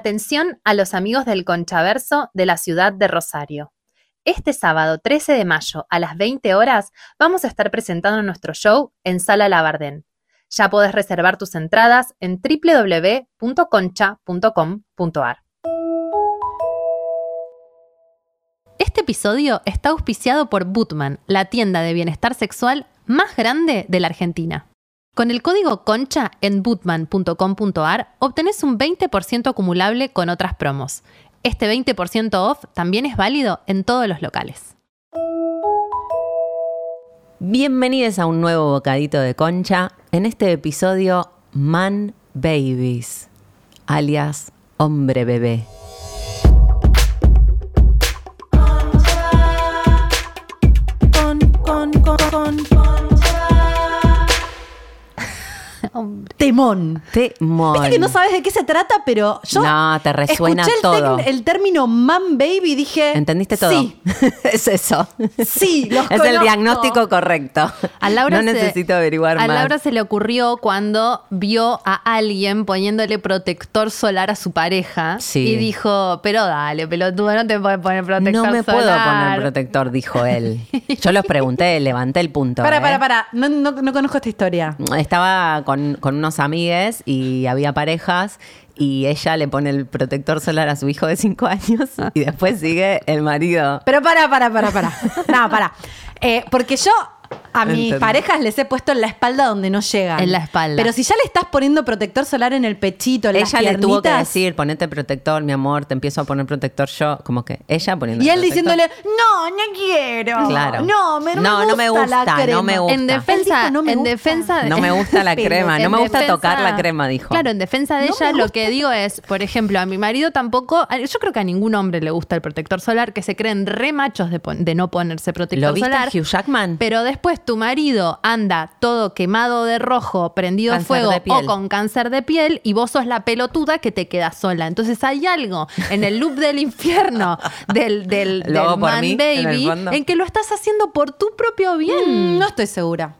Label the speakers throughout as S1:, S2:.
S1: Atención a los amigos del Conchaverso de la ciudad de Rosario. Este sábado 13 de mayo a las 20 horas vamos a estar presentando nuestro show en Sala Labardén. Ya podés reservar tus entradas en www.concha.com.ar. Este episodio está auspiciado por Bootman, la tienda de bienestar sexual más grande de la Argentina. Con el código CONCHA en bootman.com.ar obtenés un 20% acumulable con otras promos. Este 20% off también es válido en todos los locales.
S2: Bienvenidos a un nuevo bocadito de concha. En este episodio, Man Babies, alias hombre bebé.
S1: Hombre.
S3: Temón.
S2: Temón.
S3: Viste que no sabes de qué se trata, pero yo.
S2: No, te resuena
S3: escuché el
S2: todo.
S3: tec- El, término man baby y dije.
S2: ¿Entendiste todo?
S3: Sí,
S2: es eso.
S3: sí, los
S2: es el
S3: conozco.
S2: diagnóstico correcto.
S1: A Laura
S2: no
S1: se-
S2: necesito averiguar
S1: a
S2: más.
S1: Laura se le ocurrió cuando vio a alguien poniéndole protector solar a su pareja
S2: Sí.
S1: y dijo, pero dale, pelotudo, no te puedes poner protector
S2: no
S1: solar.
S2: me puedo poner protector, dijo él. Yo los pregunté, levanté el punto.
S3: Para,
S2: ¿eh?
S3: para, para. No, no- no conozco esta historia.
S2: Estaba con, con unos amigues y había parejas y ella le pone el protector solar a su hijo de 5 años
S3: Ah.
S2: y después sigue el marido.
S3: Pero para, para, para, para. No, para. Eh, porque yo a mis
S2: Entendí.
S3: parejas les he puesto en la espalda donde no llegan.
S1: En la espalda.
S3: Pero si ya le estás poniendo protector solar en el pechito, en las
S2: Ella le tuvo que
S3: piernitas,
S2: decir, ponete protector, mi amor, te empiezo a poner protector yo, como que ella poniendo
S3: Y él
S2: el protector.
S3: diciéndole, no, no quiero.
S2: Claro.
S3: No, me
S2: No, no me
S3: la
S2: gusta, no
S3: crema".
S2: me gusta.
S1: En
S3: Él
S1: defensa,
S3: dijo, "No me
S1: en
S3: gusta".
S1: defensa de-
S2: No me gusta la crema, no
S1: En
S2: me gusta
S1: defensa-
S2: tocar la crema, dijo.
S1: Claro, en defensa de
S3: No
S1: ella
S3: me
S1: lo
S3: gusta.
S1: que digo es, por ejemplo, a mi marido tampoco, a- yo creo que a ningún hombre le gusta el protector solar, que se creen re machos de, pon- de no ponerse protector
S2: ¿Lo viste a
S1: solar.
S2: Hugh Jackman?
S1: Pero después tu marido anda todo quemado de rojo, prendido
S2: Cáncer
S1: fuego
S2: de
S1: o
S2: piel.
S1: con cáncer de piel y vos sos la pelotuda que te queda sola. Entonces hay algo en el loop del infierno del, del,
S2: Lo
S1: del
S2: hago por
S1: man
S2: mí, en el
S1: baby
S2: fondo.
S1: en que lo estás haciendo por tu propio bien.
S3: Mm, No estoy segura.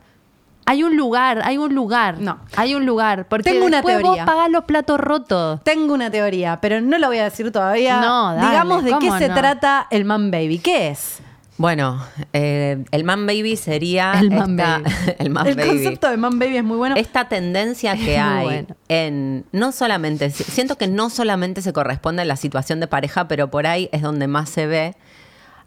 S1: Hay un lugar, hay un lugar.
S3: No.
S1: Hay un lugar. Porque
S3: Tengo una
S1: después
S3: teoría.
S1: vos pagás los platos rotos.
S3: Tengo una teoría, pero no la voy a decir todavía.
S1: No, dale,
S3: Digamos de qué
S1: ¿cómo
S3: se
S1: no?
S3: trata el man baby. ¿Qué es?
S2: Bueno, eh, el man baby sería
S1: El man
S2: esta-
S1: baby.
S2: el man
S3: el
S2: baby.
S3: concepto de man baby es muy bueno.
S2: Esta tendencia que
S1: Es muy
S2: hay
S1: bueno.
S2: en no solamente si- siento que no solamente se corresponde a la situación de pareja, pero por ahí es donde más se ve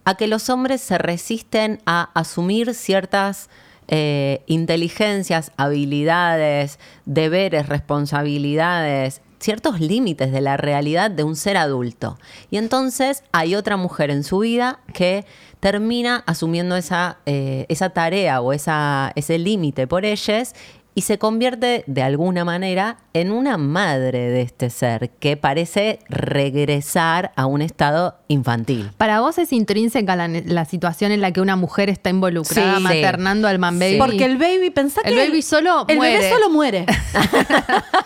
S2: a que los hombres se resisten a asumir ciertas eh, inteligencias, habilidades, deberes, responsabilidades, ciertos límites de la realidad de un ser adulto. Y entonces hay otra mujer en su vida que termina asumiendo esa, eh, esa tarea o esa, ese límite por ellas y se convierte de alguna manera en una madre de este ser que parece regresar a un estado infantil.
S1: Para vos es intrínseca la, la situación en la que una mujer está involucrada
S2: Sí.
S1: maternando al man baby.
S2: Sí.
S3: Porque el baby, pensá
S1: El
S3: que.
S1: baby solo
S3: el
S1: muere.
S3: bebé solo muere.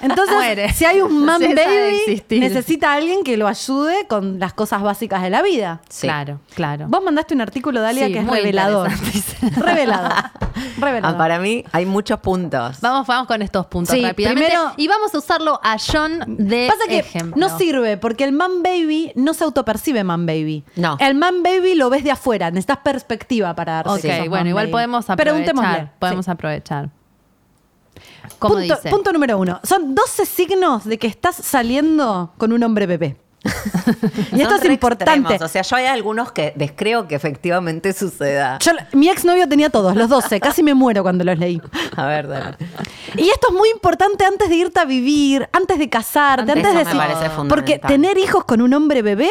S3: Entonces,
S1: Muere.
S3: si hay un man
S1: Cesa de
S3: baby,
S1: existir.
S3: necesita a alguien que lo ayude con las cosas básicas de la vida.
S2: Sí.
S1: Claro, claro.
S3: Vos mandaste un artículo, Dalia,
S1: Sí,
S3: que es
S1: muy
S3: revelador.
S1: interesante.
S3: revelador. Revelador.
S2: Ah, para mí hay muchos puntos.
S1: Vamos, vamos con estos puntos
S3: Sí,
S1: rápidamente.
S3: primero-
S1: y vamos a usarlo a John de
S3: Pasa que
S1: ejemplo.
S3: no sirve porque el man baby no se autopercibe man baby.
S2: No.
S3: El man baby lo ves de afuera, necesitas perspectiva para darte
S1: Ok,
S3: que sos
S1: bueno,
S3: man
S1: igual
S3: baby.
S1: podemos aprovechar.
S3: Preguntémosle.
S1: Podemos
S3: Sí.
S1: aprovechar. ¿Cómo
S3: punto,
S1: dice?
S3: punto número uno. Son 12 signos de que estás saliendo con un hombre bebé. y esto
S2: Son
S3: es
S2: re
S3: importante.
S2: extremos, O sea, yo hay algunos que descreo que efectivamente suceda.
S3: Yo- mi exnovio tenía todos, los 12. casi me muero cuando los leí.
S2: A ver, dale.
S3: Y esto es muy importante antes de irte a vivir, antes de casarte,
S1: Antes
S3: antes,
S1: de
S3: de
S1: eso
S3: decir-
S1: me parece
S3: Porque
S2: fundamental.
S3: tener hijos con un hombre bebé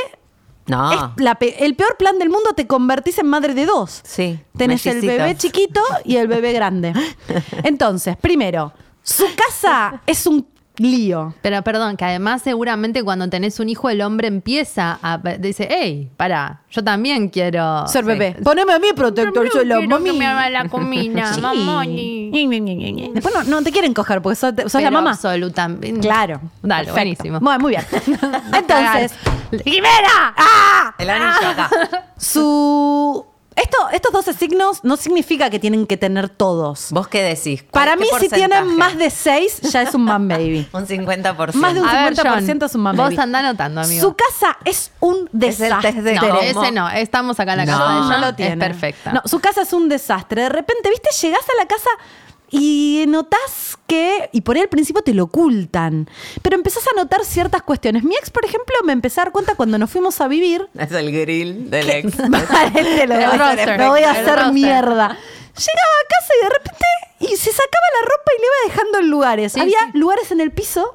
S2: No.
S3: es la pe- el peor plan del mundo. Te convertís en madre de dos.
S2: sí.
S3: Tenés el
S2: mellicitos.
S3: bebé chiquito y el bebé grande. Entonces, primero, su casa es un lío.
S1: Pero perdón, que además seguramente cuando tenés un hijo el hombre empieza a... Dice, hey, pará, yo también quiero...
S3: Ser
S1: Ah, Sí.
S3: bebé. Poneme a mí protector, yo lo mami.
S1: la comida,
S3: Sí. Después no, no te quieren coger porque sos, sos la mamá.
S1: Absolutamente.
S3: Claro.
S1: Dale,
S3: Perfecto.
S1: buenísimo.
S3: Bueno, muy bien. Entonces,
S1: ¡Jimena!
S3: ¡ah!
S2: El anillo acá.
S3: su. Esto estos 12 signos no significa que tienen que tener todos.
S2: ¿Vos qué decís? ¿Cuál-
S3: Para
S2: qué
S3: mí, si tienen
S2: porcentaje?
S3: más de 6, ya es un man baby.
S2: Un 50%.
S3: Más de un-
S1: A ver,
S3: 50%
S1: John,
S3: es un mame
S1: Vos
S3: baby.
S1: anda anotando, amigo.
S3: Su casa es un
S2: Es el
S3: desastre.
S2: test de
S1: No,
S2: Pero-
S1: ese no, estamos acá en la
S2: No,
S1: casa de
S2: no
S1: John,
S2: lo
S1: es perfecta.
S3: No, su casa es un desastre. De repente, viste, llegás a la casa y notás que, y por ahí al principio te lo ocultan, pero empezás a notar ciertas cuestiones. Mi ex, por ejemplo, me empecé a dar cuenta cuando nos fuimos a vivir.
S2: Es el grill del ex.
S3: Te lo
S1: El
S3: juro,
S1: roster,
S3: me voy a
S1: el
S3: hacer
S1: roster.
S3: mierda. Llegaba a casa y de repente y se sacaba la ropa y le iba dejando en lugares.
S1: Sí,
S3: Había
S1: sí.
S3: lugares en el piso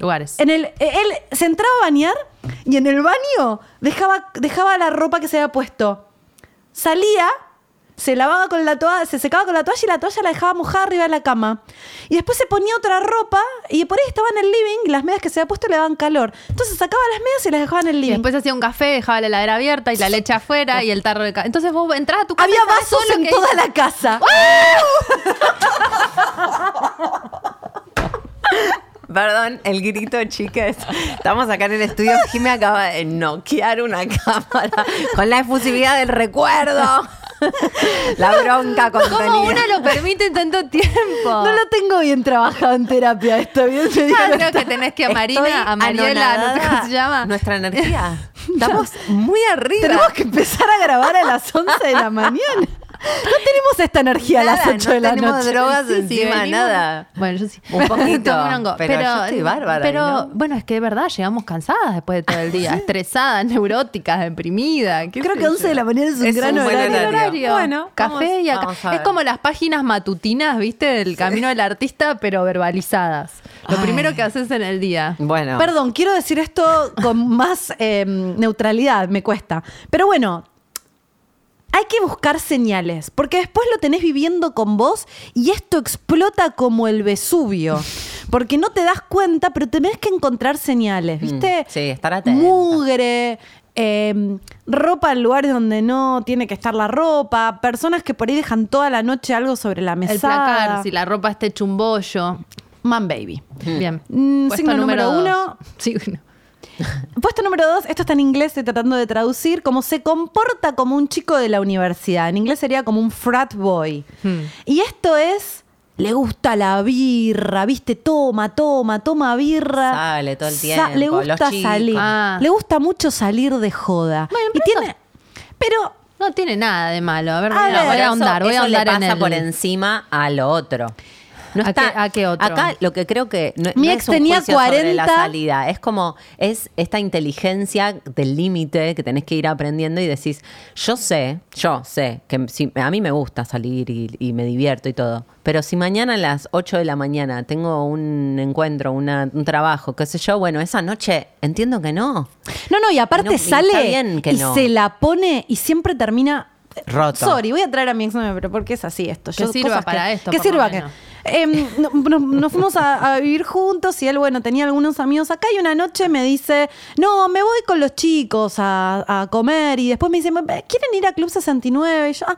S1: Lugares.
S3: en el, él se entraba a bañar y en el baño dejaba, dejaba la ropa que se había puesto. Salía, se lavaba con la toalla, se secaba con la toalla y la toalla la dejaba mojada arriba de la cama. Y después se ponía otra ropa y por ahí estaba en el living y las medias que se había puesto le daban calor. Entonces sacaba las medias y las dejaba en el
S1: Y
S3: living.
S1: después hacía un café, dejaba la heladera abierta y la leche afuera y el tarro de café. Entonces vos entrás a tu casa. y
S3: Había
S1: sabés
S3: vasos
S1: todo lo
S3: en
S1: que
S3: toda
S1: hizo.
S3: la casa.
S2: Perdón, el grito, chicas. Estamos acá en el estudio. Jimmy acaba de noquear una cámara con la efusividad del recuerdo. La bronca
S1: ¿Cómo uno
S2: contenida.
S1: lo permite tanto tiempo?
S3: No lo tengo bien trabajado en terapia esto, bien me
S1: Ah,
S3: dijeron.
S1: creo que tenés que a Marina,
S2: Estoy
S1: a Manuela, no sé cómo se llama.
S2: anonadada. Nuestra energía. Estamos muy arriba.
S3: Tenemos que empezar a grabar a las 11 de la mañana. No tenemos esta energía a las
S2: Nada,
S3: 8
S2: no
S3: de la
S2: tenemos
S3: noche.
S2: drogas
S1: Sí, sí,
S2: encima,
S1: venimos-
S2: nada.
S1: Bueno, yo sí.
S2: Un poquito,
S1: Tomo un hongo.
S2: pero yo estoy bárbara,
S1: Pero
S2: ¿no?
S1: bueno, es que de verdad llegamos cansadas después de todo el día, estresadas, neuróticas, deprimidas. qué
S3: Creo
S1: sé
S3: que 11 de la mañana es un
S2: Es
S3: gran
S2: un buen
S3: horario.
S2: horario.
S1: Bueno,
S2: Bueno,
S1: café
S2: vamos-
S1: y acá.
S2: vamos a
S1: Es
S2: ver.
S1: como las páginas matutinas, ¿viste? Del camino del artista, pero verbalizadas. Lo
S3: Ay.
S1: primero que haces en el día.
S2: Bueno.
S3: Perdón, quiero decir esto con más eh, neutralidad, me cuesta. Pero bueno, hay que buscar señales, porque después lo tenés viviendo con vos y esto explota como el Vesubio. Porque no te das cuenta, pero tenés que encontrar señales, ¿viste?
S2: Mm, sí, estar atenta.
S3: Mugre, eh, ropa en lugares donde no tiene que estar la ropa, personas que por ahí dejan toda la noche algo sobre la mesa.
S1: El placar, si la ropa esté chumbollo.
S2: Hmm.
S3: Man baby.
S1: Bien.
S3: Mm,
S1: Puesto
S3: signo número
S1: dos.
S3: uno.
S1: Signo.
S3: Puesto número dos, esto está en inglés, estoy tratando de traducir, como se comporta como un chico de la universidad. En inglés sería como un frat boy.
S1: Hmm.
S3: Y esto es, le gusta la birra, viste, toma, toma, toma birra.
S2: Sale todo el
S3: Sa-
S2: tiempo,
S3: le
S2: los
S3: gusta
S2: chicos.
S3: salir.
S1: Ah.
S3: Le gusta mucho salir de joda.
S1: Bueno,
S3: y
S1: pero
S3: tiene, pero
S1: No tiene nada de malo. A ver,
S3: A
S1: voy, a,
S3: ver.
S1: voy a
S2: Pero eso-
S1: ahondar, voy a
S2: eso
S1: ahondar
S2: le
S1: en
S2: pasa
S1: el...
S2: por encima a lo otro. No
S1: ¿A qué- a qué otro?
S2: Acá lo que creo que no,
S3: Mi
S2: no
S3: ex
S2: es un
S3: tenía
S2: juicio sobre la
S3: 40.
S2: salida, es como es esta inteligencia del límite que tenés que ir aprendiendo y decís, yo sé, yo sé que si- a mí me gusta salir y, y me divierto y todo, pero si mañana a las 8 de la mañana tengo un encuentro, una- un trabajo, qué sé yo, bueno, esa noche entiendo que no.
S3: No, no, y aparte
S2: No, y está
S3: sale
S2: bien que
S3: y
S2: no.
S3: se la pone y siempre termina
S2: Rota.
S3: Sorry, voy a traer a mi ex novia, pero porque es así esto.
S1: Que sirva
S3: cosas
S1: para esto,
S3: Que
S1: por lo
S3: sirva que.
S1: menos.
S3: Em, no- no- nos, fuimos a, a vivir juntos y él, bueno, tenía algunos amigos acá y una noche me dice, no, me voy con los chicos a, a comer y después me dice, ¿quieren ir a Club 69? Y yo, "Ah".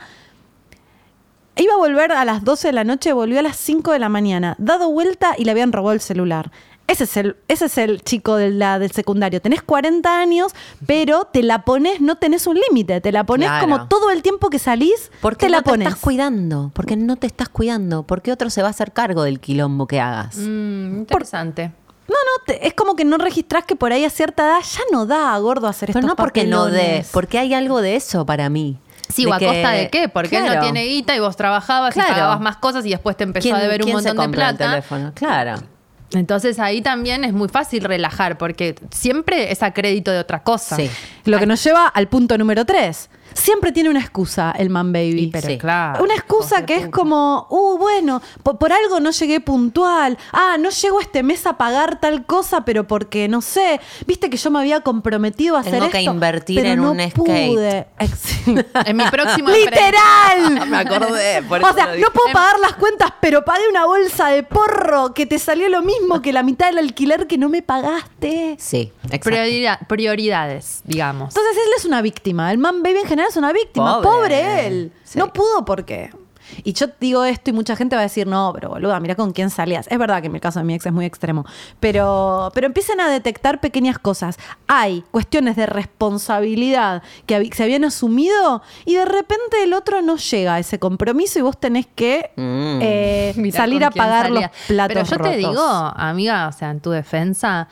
S3: Iba a volver a las 12 de la noche, volvió a las 5 de la mañana, dado vuelta y le habían robado el celular. Ese es el, ese es el chico de la, del secundario. Tenés 40 años, pero te la pones, no tenés un límite, te la pones
S2: Claro.
S3: como todo el tiempo que salís,
S2: Porque
S3: te la
S2: no
S3: pones.
S2: te estás cuidando, porque no te estás cuidando, porque otro se va a hacer cargo del quilombo que hagas.
S1: Mm, interesante.
S3: no, no, te- es como que no registrás que por ahí a cierta edad ya no da, gordo, hacer
S2: Pero
S3: estos
S2: no porque no dé,
S3: papelones.
S2: porque hay algo de eso para mí.
S1: Sí,
S2: De
S1: o a
S2: que-
S1: costa de qué, porque él no
S2: Claro.
S1: tiene guita y vos trabajabas y
S2: Claro.
S1: pagabas más cosas y después te empezó
S2: ¿Quién-
S1: a deber un
S2: quién se
S1: montón de
S2: compra el
S1: plata.
S2: teléfono? Claro.
S1: Entonces ahí también es muy fácil relajar, porque siempre es a crédito de otra cosa.
S2: Sí.
S3: Lo que nos lleva al punto número 3. Siempre tiene una excusa el man baby.
S1: Y pero
S2: Sí.
S1: claro.
S3: Una excusa que es como, uh, bueno, po- por, algo no llegué puntual. Ah, no llego este mes a pagar tal cosa, pero porque no sé. Viste que yo me había comprometido a hacer
S2: Tengo que
S3: esto,
S2: invertir
S3: pero
S2: en
S3: no
S2: un skate.
S3: pude. Ex- sí.
S1: En mi próximo Ah,
S3: ¡Literal!
S2: Ah, Me acordé, por
S3: o
S2: eso
S3: sea,
S2: lo dije.
S3: no puedo pagar las cuentas, pero pagué una bolsa de porro que te salió lo mismo que la mitad del alquiler que no me pagaste.
S2: Sí, exacto.
S1: Priorida- prioridades, digamos.
S3: Entonces él es una víctima. El man baby en general es una víctima. Pobre,
S2: Pobre.
S3: él.
S2: Sí.
S3: No pudo porque. Y yo digo esto y mucha gente va a decir, no, pero boluda, mira con quién salías. Es verdad que en el caso de mi ex es muy extremo. Pero, pero empiecen a detectar pequeñas cosas. Hay cuestiones de responsabilidad que hab- se habían asumido y de repente el otro no llega a ese compromiso y vos tenés que
S2: Mm.
S3: eh,
S1: Mirá
S3: salir
S1: con
S3: a
S1: quién
S3: pagar los
S1: salía.
S3: platos
S1: Pero yo te
S3: rotos.
S1: digo, amiga, o sea, en tu defensa.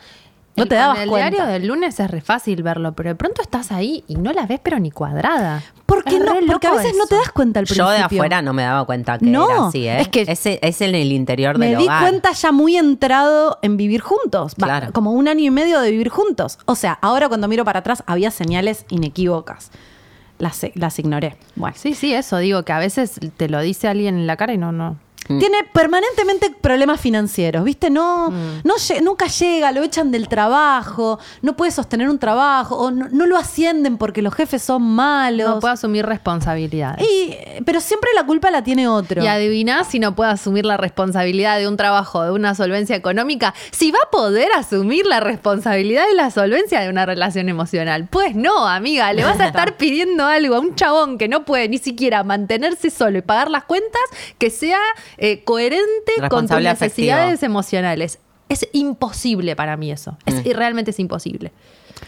S3: No
S1: el-
S3: te dabas
S1: con el
S3: cuenta.
S1: diario del lunes es re fácil verlo, pero de pronto estás ahí y no la ves, pero ni cuadrada.
S3: Porque,
S1: Es
S3: no,
S1: re
S3: porque a
S1: loco
S3: veces no te
S1: eso.
S3: das cuenta al principio.
S2: Yo de afuera no me daba cuenta que
S3: No,
S2: era así, ¿eh?
S3: es que-
S2: Ese- es en el interior
S3: Me
S2: del
S3: di
S2: hogar.
S3: cuenta ya muy entrado en vivir juntos. Va,
S2: Claro.
S3: Como un año y medio de vivir juntos. O sea, ahora cuando miro para atrás había señales inequívocas. Las, las ignoré. Bueno.
S1: Sí, sí, eso digo, que a veces te lo dice alguien en la cara y no, no.
S3: Tiene permanentemente problemas financieros, ¿viste? No,
S1: Mm.
S3: no lle- nunca llega, lo echan del trabajo, no puede sostener un trabajo, o no, no lo ascienden porque los jefes son malos.
S1: No puede asumir responsabilidades.
S3: y, pero siempre la culpa la tiene otro.
S1: Y adivinás si no puede asumir la responsabilidad de un trabajo, de una solvencia económica, si va a poder asumir la responsabilidad y la solvencia de una relación emocional. Pues no, amiga, le vas a estar pidiendo algo a un chabón que no puede ni siquiera mantenerse solo y pagar las cuentas, que sea eh, coherente con tus
S2: Responsable afectivo. Mm.
S1: necesidades emocionales. Es imposible para mí eso. Es, y Realmente es imposible.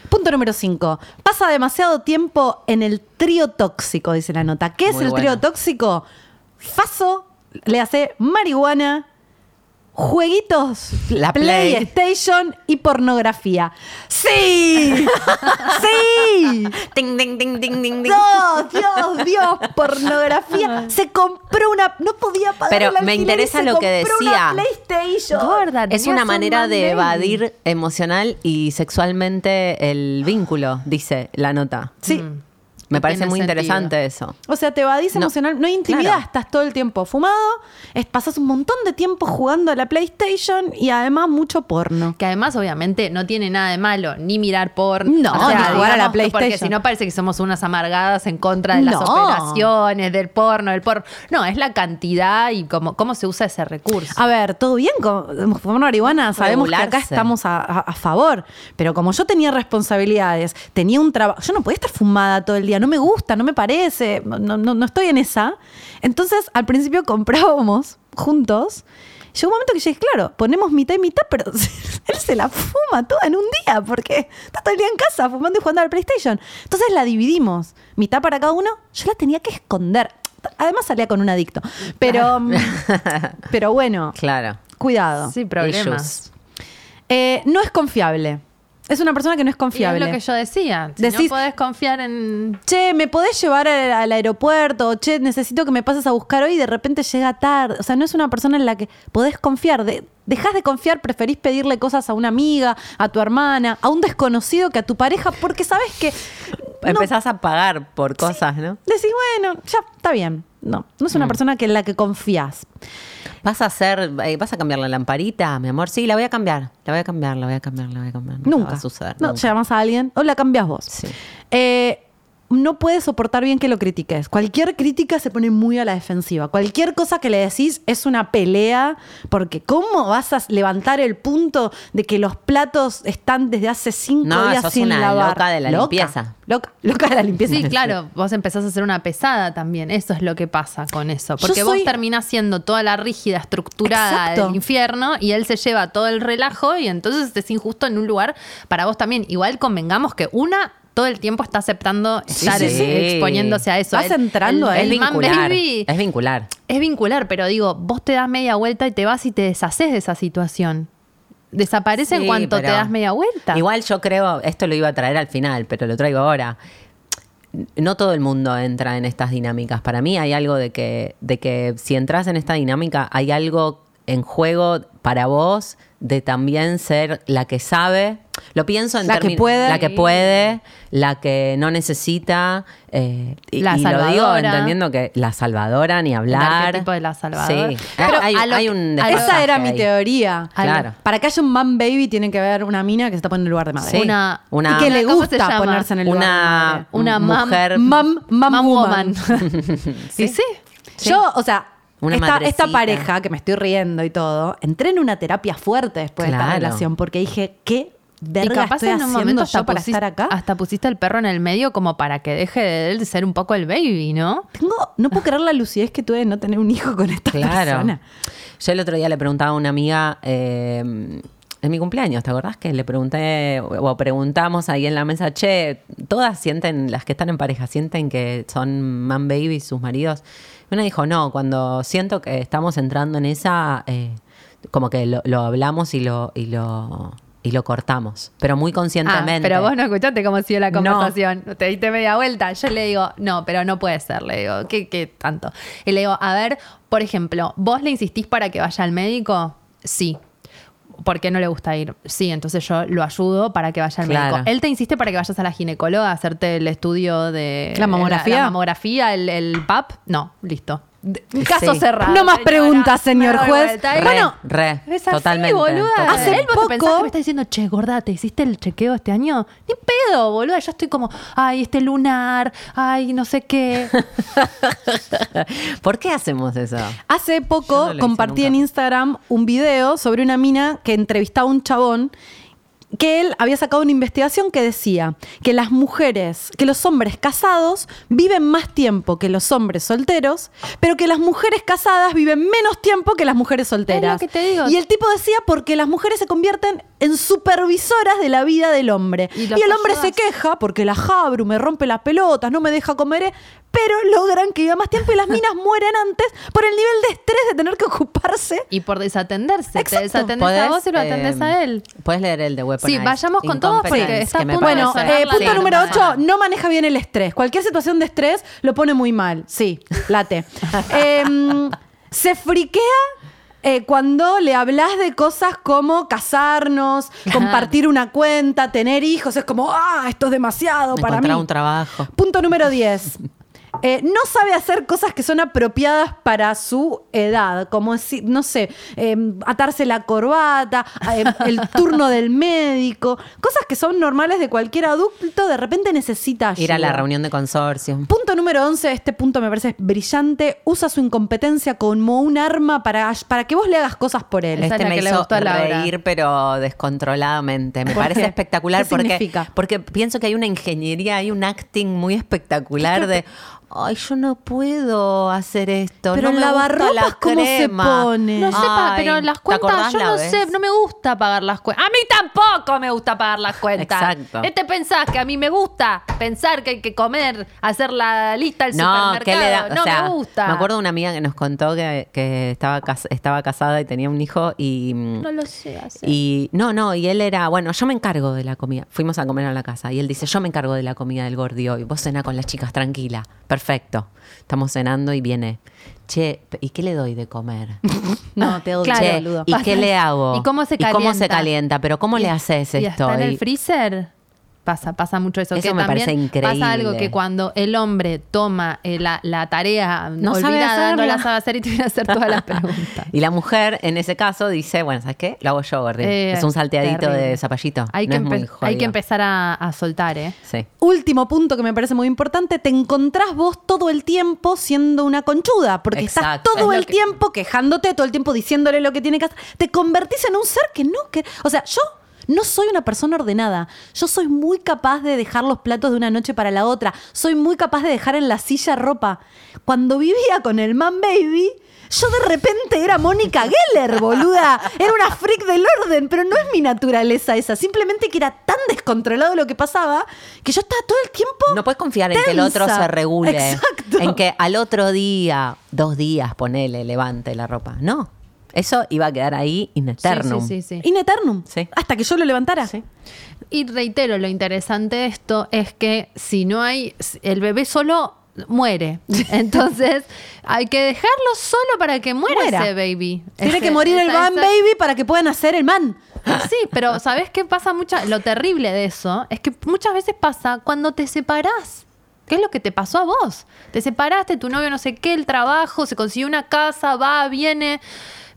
S3: Punto número 5. Pasa demasiado tiempo en el trío tóxico, dice la nota. ¿Qué es
S2: Muy
S3: el
S2: bueno.
S3: trío tóxico? Faso, le hace marihuana, jueguitos,
S2: La Play.
S3: PlayStation y pornografía. ¡Sí! ¡Sí!
S2: Ting, ting, ting, ting, ting, ting.
S3: ¡Dios, Dios, Dios! Pornografía. Se compró una. No podía pagar
S2: Pero
S3: el alquiler
S2: me
S3: y
S2: interesa
S3: se
S2: lo que
S3: compró una
S2: decía.
S3: PlayStation.
S1: Gorda,
S2: Es
S1: tenías
S2: una
S1: un
S2: manera de
S1: mandel.
S2: evadir emocional y sexualmente el vínculo, dice la nota.
S3: Sí.
S2: Me
S1: No
S2: parece
S1: tiene
S2: muy
S1: sentido.
S2: interesante eso.
S3: O sea, te evadís
S2: No,
S3: emocional, no hay intimidad,
S2: claro.
S3: estás todo el tiempo fumado, es, pasás un montón de tiempo jugando a la PlayStation y además mucho porno.
S1: Que además, obviamente, no tiene nada de malo ni mirar porno.
S3: No, ni jugar a la
S1: digamos que Porque
S3: PlayStation.
S1: si no parece que somos unas amargadas en contra de las
S3: No.
S1: operaciones, del porno, del porno. No, es la cantidad y cómo, cómo se usa ese recurso.
S3: A ver, todo bien con fumar marihuana, sabemos que acá
S2: Regularse.
S3: estamos a, a- a favor, pero como yo tenía responsabilidades, tenía un trabajo, yo no podía estar fumada todo el día, no me gusta, no me parece, no, no, no estoy en esa. Entonces, al principio comprábamos juntos. Llegó un momento que yo dije, claro, ponemos mitad y mitad, pero él se la fuma toda en un día, porque está todo el día en casa fumando y jugando al PlayStation. Entonces la dividimos, mitad para cada uno, yo la tenía que esconder. Además salía con un adicto. Pero, pero bueno,
S2: Claro.
S3: cuidado.
S1: sí, problemas.
S3: Eh, no es confiable. Es una persona que no es
S1: Y es
S3: confiable.
S1: lo que yo decía. Si
S3: Decís-
S1: no podés confiar en.
S3: Che, ¿me podés llevar al, al aeropuerto? O, Che, necesito que me pases a buscar hoy y de repente llega tarde. O sea, no es una persona en la que podés confiar. De, dejás de confiar, preferís pedirle cosas a una amiga, a tu hermana, a un desconocido que a tu pareja, porque sabes que. no-
S2: Empezás a pagar por cosas, ¿no?
S3: decís, bueno, ya está bien. No, no
S1: Mm.
S3: es una persona que en la que confías.
S2: Vas a hacer, eh, vas a cambiar la lamparita, mi amor. Sí, la voy a cambiar. La voy a cambiar, la voy a cambiar, la voy a cambiar.
S3: Nunca.
S2: va a suceder.
S3: No,
S2: nunca.
S3: llamas a alguien o la cambias vos.
S2: Sí.
S3: Eh, no puede soportar bien que lo critiques. Cualquier crítica se pone muy a la defensiva. Cualquier cosa que le decís es una pelea, porque ¿cómo vas a levantar el punto de que los platos están desde hace cinco
S2: No,
S3: días
S2: sos
S3: sin
S2: una
S3: lavar?
S2: loca de la limpieza.
S3: Loca, loca de la limpieza.
S1: Sí, claro, vos empezás a ser una pesada también. Eso es lo que pasa con eso. Porque
S3: soy-
S1: vos terminás siendo toda la rígida, estructurada
S3: Exacto.
S1: del infierno y él se lleva todo el relajo y entonces es injusto en un lugar para vos también. Igual convengamos que una todo el tiempo está aceptando estar eh,
S2: sí, sí.
S1: exponiéndose a eso.
S3: Vas entrando a
S1: el,
S2: Es
S1: el man
S2: vincular.
S1: baby
S2: Es vincular.
S1: es vincular, pero digo, vos te das media vuelta y te vas y te deshaces de esa situación. Desaparece en
S2: Sí,
S1: cuanto te
S2: pero-
S1: das media vuelta.
S2: Igual yo creo, esto lo iba a traer al final, pero lo traigo ahora. No todo el mundo entra en estas dinámicas. Para mí hay algo de que, de que si entras en esta dinámica, hay algo en juego para vos de también ser la que sabe. Lo pienso en
S3: La que
S2: termi-
S3: puede.
S2: La que puede, la que no necesita. eh, y,
S1: La
S2: y lo digo
S1: salvadora.
S2: entendiendo que la salvadora, ni
S1: El
S2: hablar.
S1: arquetipo de la salvadora.
S2: Sí.
S1: Pero
S2: hay,
S1: a lo
S2: hay
S1: que-
S2: un
S1: a lo-
S3: Esa
S2: desfasaje
S3: era mi
S2: ahí.
S3: teoría.
S2: Claro.
S3: Para que haya un man baby tiene que haber una mina que se está poniendo en el lugar de madre.
S2: Sí.
S1: Una-
S2: una
S3: Y que le
S1: ¿Cómo se
S3: gusta
S1: llama?
S3: ponerse en el lugar de madre.
S2: una,
S1: Una mam-
S2: mujer
S3: Mam, mam,
S1: Mam
S3: woman.
S1: ¿Y sí?
S3: Yo, o sea,
S2: Una
S3: esta, esta
S2: madrecita.
S3: pareja que me estoy riendo y todo, entré en una terapia fuerte después de esta
S2: Claro.
S3: relación porque dije, ¿qué verga
S1: y capaz
S3: estoy
S1: en un
S3: haciendo
S1: momento
S3: yo
S1: hasta,
S3: para
S1: pusiste,
S3: estar acá?
S1: hasta pusiste el perro en el medio como para que deje de él ser un poco el baby, ¿no?
S3: Tengo, no puedo creer la lucidez que tuve de no tener un hijo con esta
S2: Claro.
S3: persona.
S2: Yo el otro día le preguntaba a una amiga eh, en mi cumpleaños, ¿te acordás que le pregunté o preguntamos ahí en la mesa, che, todas sienten, las que están en pareja, sienten que son man baby sus maridos? Y una dijo, no, cuando siento que estamos entrando en esa, eh, como que lo, lo hablamos y lo, y lo y lo cortamos, pero muy
S1: Ah,
S2: conscientemente.
S1: pero vos no escuchaste cómo siguió la
S2: No.
S1: conversación. Te diste media vuelta. Yo le digo, no, pero no puede ser. Le digo, ¿qué, qué tanto? Y le digo, a ver, por ejemplo, ¿vos le insistís para que vaya al médico? Sí. ¿Por qué no le gusta ir? Sí, entonces yo lo ayudo para que vaya al
S2: Claro.
S1: médico. Él te insiste para que vayas a la ginecóloga a hacerte el estudio de...
S3: ¿La mamografía?
S1: La, la mamografía, el, el PAP. No, listo. De- caso
S2: Eh, Sí.
S1: cerrado.
S3: No más
S1: señora.
S3: preguntas, señor
S1: Me doy
S3: juez.
S1: vuelta.
S2: Re,
S1: Y bueno,
S2: re,
S1: es así,
S2: totalmente.
S1: boluda.
S2: totalmente.
S1: Hace
S3: Hace
S1: poco. Pensás que
S3: poco-
S1: me está diciendo, che, gorda, ¿te hiciste el chequeo este año? Ni pedo, boluda. Yo estoy como, ay, este lunar, ay, no sé qué.
S2: ¿Por qué hacemos eso?
S3: Hace
S2: Yo
S3: poco
S2: no lo hice
S3: compartí
S2: nunca.
S3: en Instagram un video sobre una mina que entrevistaba a un chabón que él había sacado una investigación que decía que las mujeres, que los hombres casados viven más tiempo que los hombres solteros, pero que las mujeres casadas viven menos tiempo que las mujeres solteras.
S1: que te digo.
S3: Y el tipo decía porque las mujeres se convierten en supervisoras de la vida del hombre.
S1: Y
S3: Y,
S1: los
S3: el hombre se
S1: ayudas.
S3: queja porque la jabru me rompe las pelotas, no me deja comer, eh, pero logran que viva más tiempo y las minas mueren antes por el nivel de estrés de tener que ocuparse.
S1: Y por desatenderse.
S3: Exacto.
S1: Te desatendés Eh, a vos y lo atendés
S2: eh,
S1: a él.
S2: Puedes leer el de Weaponized.
S1: Sí, vayamos con todos porque
S2: Incompetence,
S1: está
S2: que me
S1: a punto de
S2: parece-
S3: Bueno,
S1: sonar
S3: eh,
S1: la
S3: punto
S1: alarma.
S3: número 8, no maneja bien el estrés. Cualquier situación de estrés lo pone muy mal. Sí, late. Em, se friquea eh, cuando le hablas de cosas como casarnos, compartir una cuenta, tener hijos. Es como, ah, esto es demasiado para mí.
S2: Encontrar un trabajo.
S3: Punto número 10. Eh, no sabe hacer cosas que son apropiadas para su edad, como si, no sé, eh, atarse la corbata, eh, el turno del médico, cosas que son normales de cualquier adulto, de repente necesita ayuda.
S2: Ir a la reunión de consorcio.
S3: Punto número 11, este punto me parece brillante, usa su incompetencia como un arma para, para que vos le hagas cosas por él.
S1: Esa es
S2: Este
S1: la
S2: me
S1: que le
S2: hizo
S1: gustó a Laura.
S2: reír, pero descontroladamente. Me
S3: ¿Por
S2: parece
S3: qué?
S2: espectacular
S3: ¿Qué
S2: porque,
S3: significa?
S2: porque pienso que hay una ingeniería, hay un acting muy espectacular de. Ay, yo no puedo hacer esto.
S3: Pero
S2: no me
S3: el lavarropas,
S2: gusta la
S3: ¿cómo se
S2: crema".
S3: pone?
S1: No sé, pa-
S2: Ay,
S1: pero las
S2: ¿te acordás
S1: cuentas, yo
S2: la
S1: no
S2: vez?
S1: sé, no me gusta pagar las cuentas. A mí tampoco me gusta pagar las cuentas.
S2: Exacto.
S1: Este pensás que a mí me gusta pensar que hay que comer, hacer la lista del
S2: No,
S1: supermercado.
S2: ¿qué le da? O
S1: no
S2: sea,
S1: me gusta.
S2: acuerdo de una amiga que nos contó que, que estaba, cas- estaba casada y tenía un hijo y. mm,
S1: No lo sé hacer.
S2: Y no, no, y él era, bueno, yo me encargo de la comida. Fuimos a comer a la casa y él dice, yo me encargo de la comida del gordi hoy. Vos cená con las chicas, tranquila. Perfecto. Estamos cenando y viene, che, ¿y qué le doy de comer?
S3: No, te odio,
S1: Claro,
S2: Che,
S3: boludo.
S2: ¿y qué le hago?
S1: ¿Y cómo se
S2: ¿Y cómo se
S1: calienta?
S2: calienta? ¿Pero cómo le haces
S1: Y
S2: esto?
S1: está en el
S2: Y-
S1: freezer. Pasa, pasa mucho eso.
S2: Eso
S1: que
S2: me
S1: también
S2: parece increíble.
S1: Pasa algo que cuando el hombre toma eh, la, la tarea
S2: No sabe
S1: olvidada, no
S2: hacerla.
S1: la sabe hacer y te viene a hacer todas las preguntas.
S2: Y la mujer, en ese caso, dice, bueno, ¿sabes qué? Lo hago yo, gordi.
S1: Eh,
S2: es un salteadito
S1: terrible.
S2: de zapallito.
S1: Hay,
S2: No
S1: que,
S2: es muy
S1: empe- hay que
S2: jodido.
S1: empezar a, a soltar, ¿eh?
S2: Sí.
S3: Último punto que me parece muy importante, te encontrás vos todo el tiempo siendo una conchuda, porque
S2: Exacto.
S3: estás todo
S1: Es lo
S3: el
S1: que-
S3: tiempo quejándote, todo el tiempo diciéndole lo que tiene que hacer. Te convertís en un ser que no, que, o sea, yo no soy una persona ordenada. Yo soy muy capaz de dejar los platos de una noche para la otra. Soy muy capaz de dejar en la silla ropa. Cuando vivía con el man baby, yo de repente era Mónica Geller, boluda. Era una freak del orden, pero no es mi naturaleza esa. Simplemente que era tan descontrolado lo que pasaba que yo estaba todo el tiempo.
S2: No puedes confiar en que el otro
S3: tensa.
S2: se regule.
S3: Exacto.
S2: En que al otro día, dos días, ponele, levante la ropa. No. Eso iba a quedar ahí in eternum.
S1: Sí, sí, sí, sí.
S3: In eternum.
S2: Sí.
S3: Hasta que yo lo levantara.
S1: Y reitero, lo interesante de esto es que si no hay, el bebé solo muere. Entonces hay que dejarlo solo para que muera,
S3: Muera.
S1: ese baby.
S3: Tiene
S1: Ese-
S3: que morir el
S1: esa-
S3: man
S1: esa-
S3: baby para que puedan hacer el man.
S1: Sí, pero ¿sabes qué pasa mucha? Lo terrible de eso es que muchas veces pasa cuando te separás. ¿Qué es lo que te pasó a vos? Te separaste, tu novio no sé qué, el trabajo, se consiguió una casa, va, viene.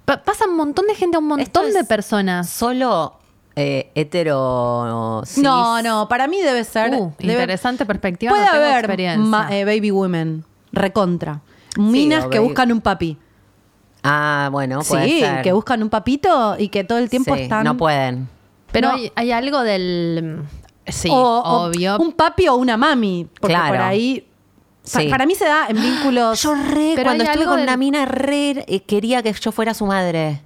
S1: Pa- pasa un montón de gente, a un
S2: Esto
S1: montón de
S2: es
S1: personas.
S2: Solo eh, hetero. cis.
S3: No, no, para mí debe ser.
S1: Uh,
S3: debe-
S1: interesante perspectiva,
S3: Puede
S1: no tengo
S3: haber
S1: experiencia.
S3: ma- eh, baby women, recontra. Minas
S2: o
S3: que
S2: baby-
S3: buscan un papi.
S2: Ah, bueno, puede
S3: sí,
S2: ser.
S3: que buscan un papito y que todo el tiempo
S2: Sí,
S3: están.
S2: No pueden.
S1: Pero
S3: No.
S1: hay, hay algo del... mm, Sí,
S3: o, o
S1: obvio.
S3: un papi o una mami. Porque
S2: Claro.
S3: por ahí. pa-
S2: Sí.
S3: Para mí se da en vínculos.
S2: Yo re,
S1: Pero
S2: cuando
S1: hay
S2: estuve
S1: algo
S2: con
S1: del-
S2: una mina re, eh, quería que yo fuera su madre.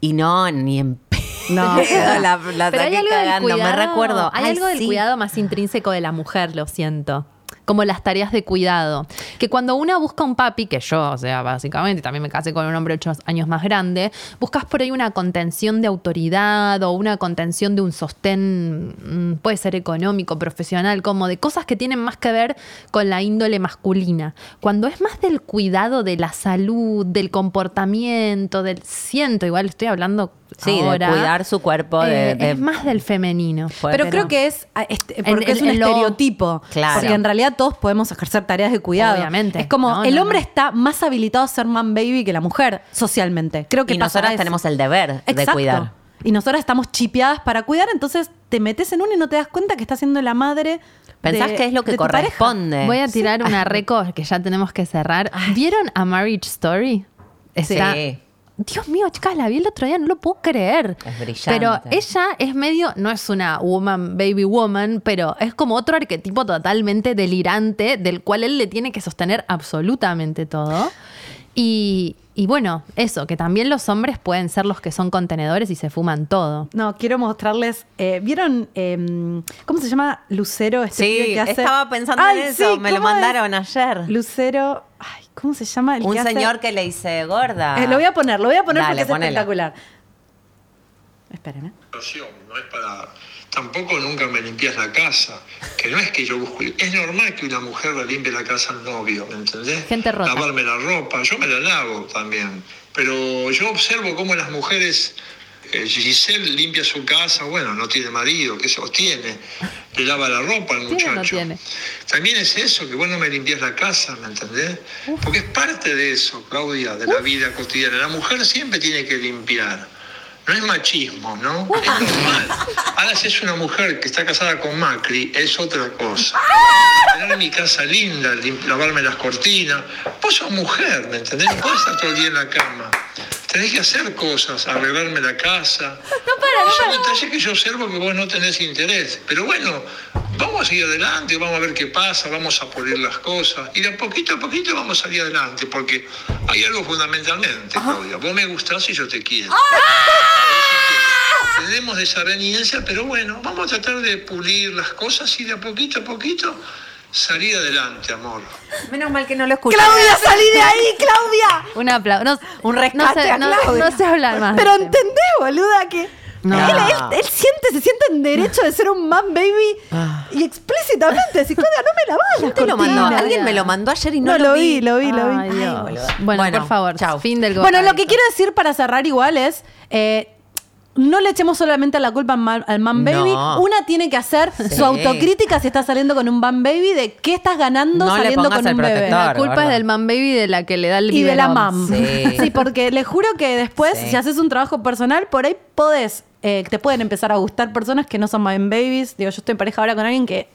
S2: Y no, ni en pedo.
S3: No.
S2: la, la
S1: Pero hay
S2: saqué
S1: algo
S2: cagando,
S1: del cuidado,
S2: me recuerdo.
S1: Hay
S2: Ay,
S1: algo del
S2: sí.
S1: cuidado más intrínseco de la mujer, lo siento. Como las tareas de cuidado. Que cuando una busca un papi, que yo, o sea, básicamente también me casé con un hombre ocho años más grande, buscas por ahí una contención de autoridad o una contención de un sostén, mm, puede ser económico, profesional, como de cosas que tienen más que ver con la índole masculina. Cuando es más del cuidado de la salud, del comportamiento, del siento, igual estoy hablando
S2: Sí, de
S1: ahora,
S2: cuidar su cuerpo, de-
S1: eh,
S2: de-
S1: es más del femenino.
S2: Puede
S3: Pero
S2: ser.
S3: creo que es, ah, este, porque
S1: el-
S3: es un
S1: el lo-
S3: estereotipo.
S2: Claro.
S3: Porque en realidad todos podemos ejercer tareas de cuidado.
S1: Obviamente.
S3: Es como
S1: No,
S3: el
S1: no,
S3: hombre
S1: no.
S3: está más habilitado a ser man baby que la mujer socialmente. Creo que
S2: Y
S3: pasa
S2: nosotras
S3: eso.
S2: tenemos el deber de
S3: Exacto.
S2: cuidar.
S3: Y nosotras estamos chipeadas para cuidar, entonces te metes en uno y no te das cuenta que está siendo la madre.
S2: Pensás
S3: de-
S2: que es lo que
S3: de tu pareja.
S2: corresponde.
S1: Voy a tirar una récord que ya tenemos que cerrar. ¿Vieron a Marriage Story? Está-
S2: Sí.
S1: Dios mío, chicas, la vi el otro día, no lo puedo creer.
S2: Es brillante.
S1: Pero ella es medio, no es una woman, baby woman, pero es como otro arquetipo totalmente delirante del cual él le tiene que sostener absolutamente todo. Y, y bueno, eso, que también los hombres pueden ser los que son contenedores y se fuman todo.
S3: No, quiero mostrarles. eh, ¿Vieron em, cómo se llama Lucero? Este
S2: Sí,
S3: pibe que hace-
S2: estaba pensando
S3: Ay,
S2: en eso.
S3: sí,
S2: me lo
S3: ¿cómo es?
S2: mandaron ayer.
S3: Lucero. Ay, ¿cómo se llama? El
S2: Un
S3: que hace-
S2: señor que le dice gorda.
S3: Eh, lo voy a poner, lo voy a poner
S2: Ah. Dale,
S3: porque es
S2: ponelo.
S3: espectacular. Esperen, ¿eh?
S4: situación, no es para... Tampoco nunca me limpias la casa, que no es que yo busco... Es normal que una mujer le limpie la casa al novio, ¿me entendés?
S1: Gente rota.
S4: Lavarme la ropa, yo me la lavo también, pero yo observo cómo las mujeres... eh, Giselle limpia su casa, bueno, no tiene marido, que se tiene, le lava la ropa
S1: ¿Tiene
S4: al
S1: o
S4: muchacho.
S1: no tiene?
S4: También es eso, que vos no me limpias la casa, ¿me entendés? Porque es parte de eso, Claudia, de la vida cotidiana. La mujer siempre tiene que limpiar. No es machismo, ¿no? Es normal. Ahora, si es una mujer que está casada con Macri, es otra cosa. Tener mi casa linda, lim- lavarme las cortinas. Vos sos mujer, ¿me entendés? No podés estar todo el día en la cama. Tenés que hacer cosas, arreglarme la casa. Y Son detalles que yo observo que vos no tenés interés. Pero bueno, vamos a seguir adelante, vamos a ver qué pasa, vamos a poner las cosas. Y de a poquito a poquito vamos a salir adelante, porque hay algo fundamentalmente, Claudia. Vos me gustás y yo te quiero. Tenemos desaveniencia, pero bueno, vamos a tratar de pulir las cosas y de a poquito a poquito salir adelante, amor.
S2: Menos mal que no lo escuché.
S3: ¡Claudia, salí de ahí, Claudia!
S1: Un aplauso. No,
S2: Un
S1: no
S2: rescate
S1: sé-
S2: a
S1: no-
S2: Claudia.
S1: no sé hablar
S2: Ah,
S1: más.
S3: Pero entendés, boluda, que.
S1: No.
S3: Él, él- él siente, se siente en derecho de ser un man baby y explícitamente decir, Claudia, no me lavas las
S2: ¿Quién te Ah. lo mandó?
S3: cortinas".
S2: Alguien me lo mandó ayer y no,
S3: No, lo vi, lo vi.
S1: Ay, Dios.
S3: Ay,
S2: boludo.
S1: bueno,
S2: Bueno,
S1: por favor,
S2: chau.
S1: fin del
S3: Bueno, lo que
S1: gobernador.
S3: quiero decir para cerrar igual es. eh, no le echemos solamente la culpa al man, al man
S2: No.
S3: baby. Una tiene que hacer su autocrítica si está saliendo con un man baby de qué estás ganando
S2: No le
S3: saliendo
S2: pongas
S3: con
S2: el
S3: un bebé.
S2: protector.
S1: La culpa
S2: Bárbaro.
S1: es del man baby de la que le da el
S3: Y de la
S1: biberón.
S3: mam.
S2: Sí.
S3: Sí. porque le juro que después,
S2: Sí.
S3: si haces un trabajo personal, por ahí podés, eh, te pueden empezar a gustar personas que no son man babies. Digo, yo estoy en pareja ahora con alguien que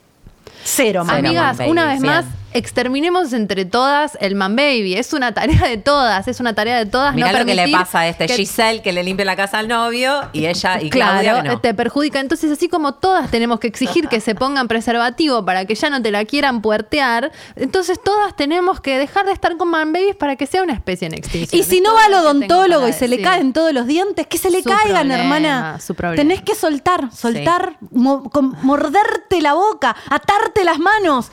S3: cero man.
S2: Cero.
S1: Amigas,
S2: man baby,
S1: una vez
S2: bien.
S1: más, exterminemos entre todas el man baby. Es una tarea de todas, es una tarea de todas.
S2: Mirá
S1: Ah, no
S2: lo que le
S1: permitir
S2: pasa a este
S1: que-
S2: Giselle que le limpia la casa al novio y ella y Claudia
S1: Claro,
S2: que no.
S1: te perjudica. Entonces, así como todas tenemos que exigir que se pongan preservativo para que ya no te la quieran puertear, entonces todas tenemos que dejar de estar con man babies para que sea una especie en extinción.
S3: Y si
S1: Es
S3: no
S1: todo
S3: va al
S1: lo que tengo
S3: odontólogo
S1: para
S3: y se le
S1: decir.
S3: caen todos los dientes, que se le
S1: Su
S3: caigan,
S1: problema,
S3: hermana.
S1: su problema.
S3: Tenés que soltar, soltar, mo- con- morderte la boca, atarte las manos,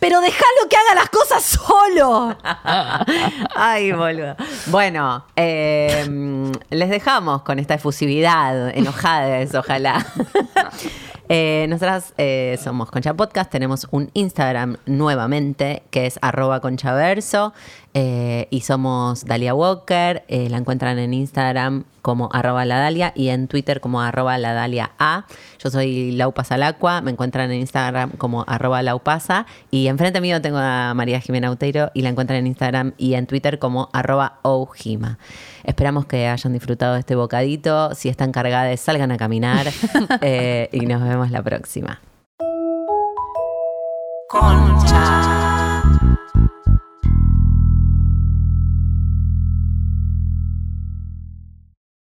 S3: pero déjalo que haga las cosas solo.
S2: Ay, boludo. Bueno, eh, mm, les dejamos con esta efusividad, enojades, ojalá. Eh, nosotras eh, somos Concha Podcast, tenemos un Instagram nuevamente que es arroba conchaverso eh, y somos Dalia Walker, eh, la encuentran en Instagram como arroba la Dalia y en Twitter como arroba la Dalia A. Yo soy Laupasa Lacua, me encuentran en Instagram como arroba Laupasa y enfrente mío tengo a María Jimena Uteiro y la encuentran en Instagram y en Twitter como arroba Oujima. Esperamos que hayan disfrutado de este bocadito. Si están cargadas, salgan a caminar eh, y nos vemos la próxima.
S5: Concha.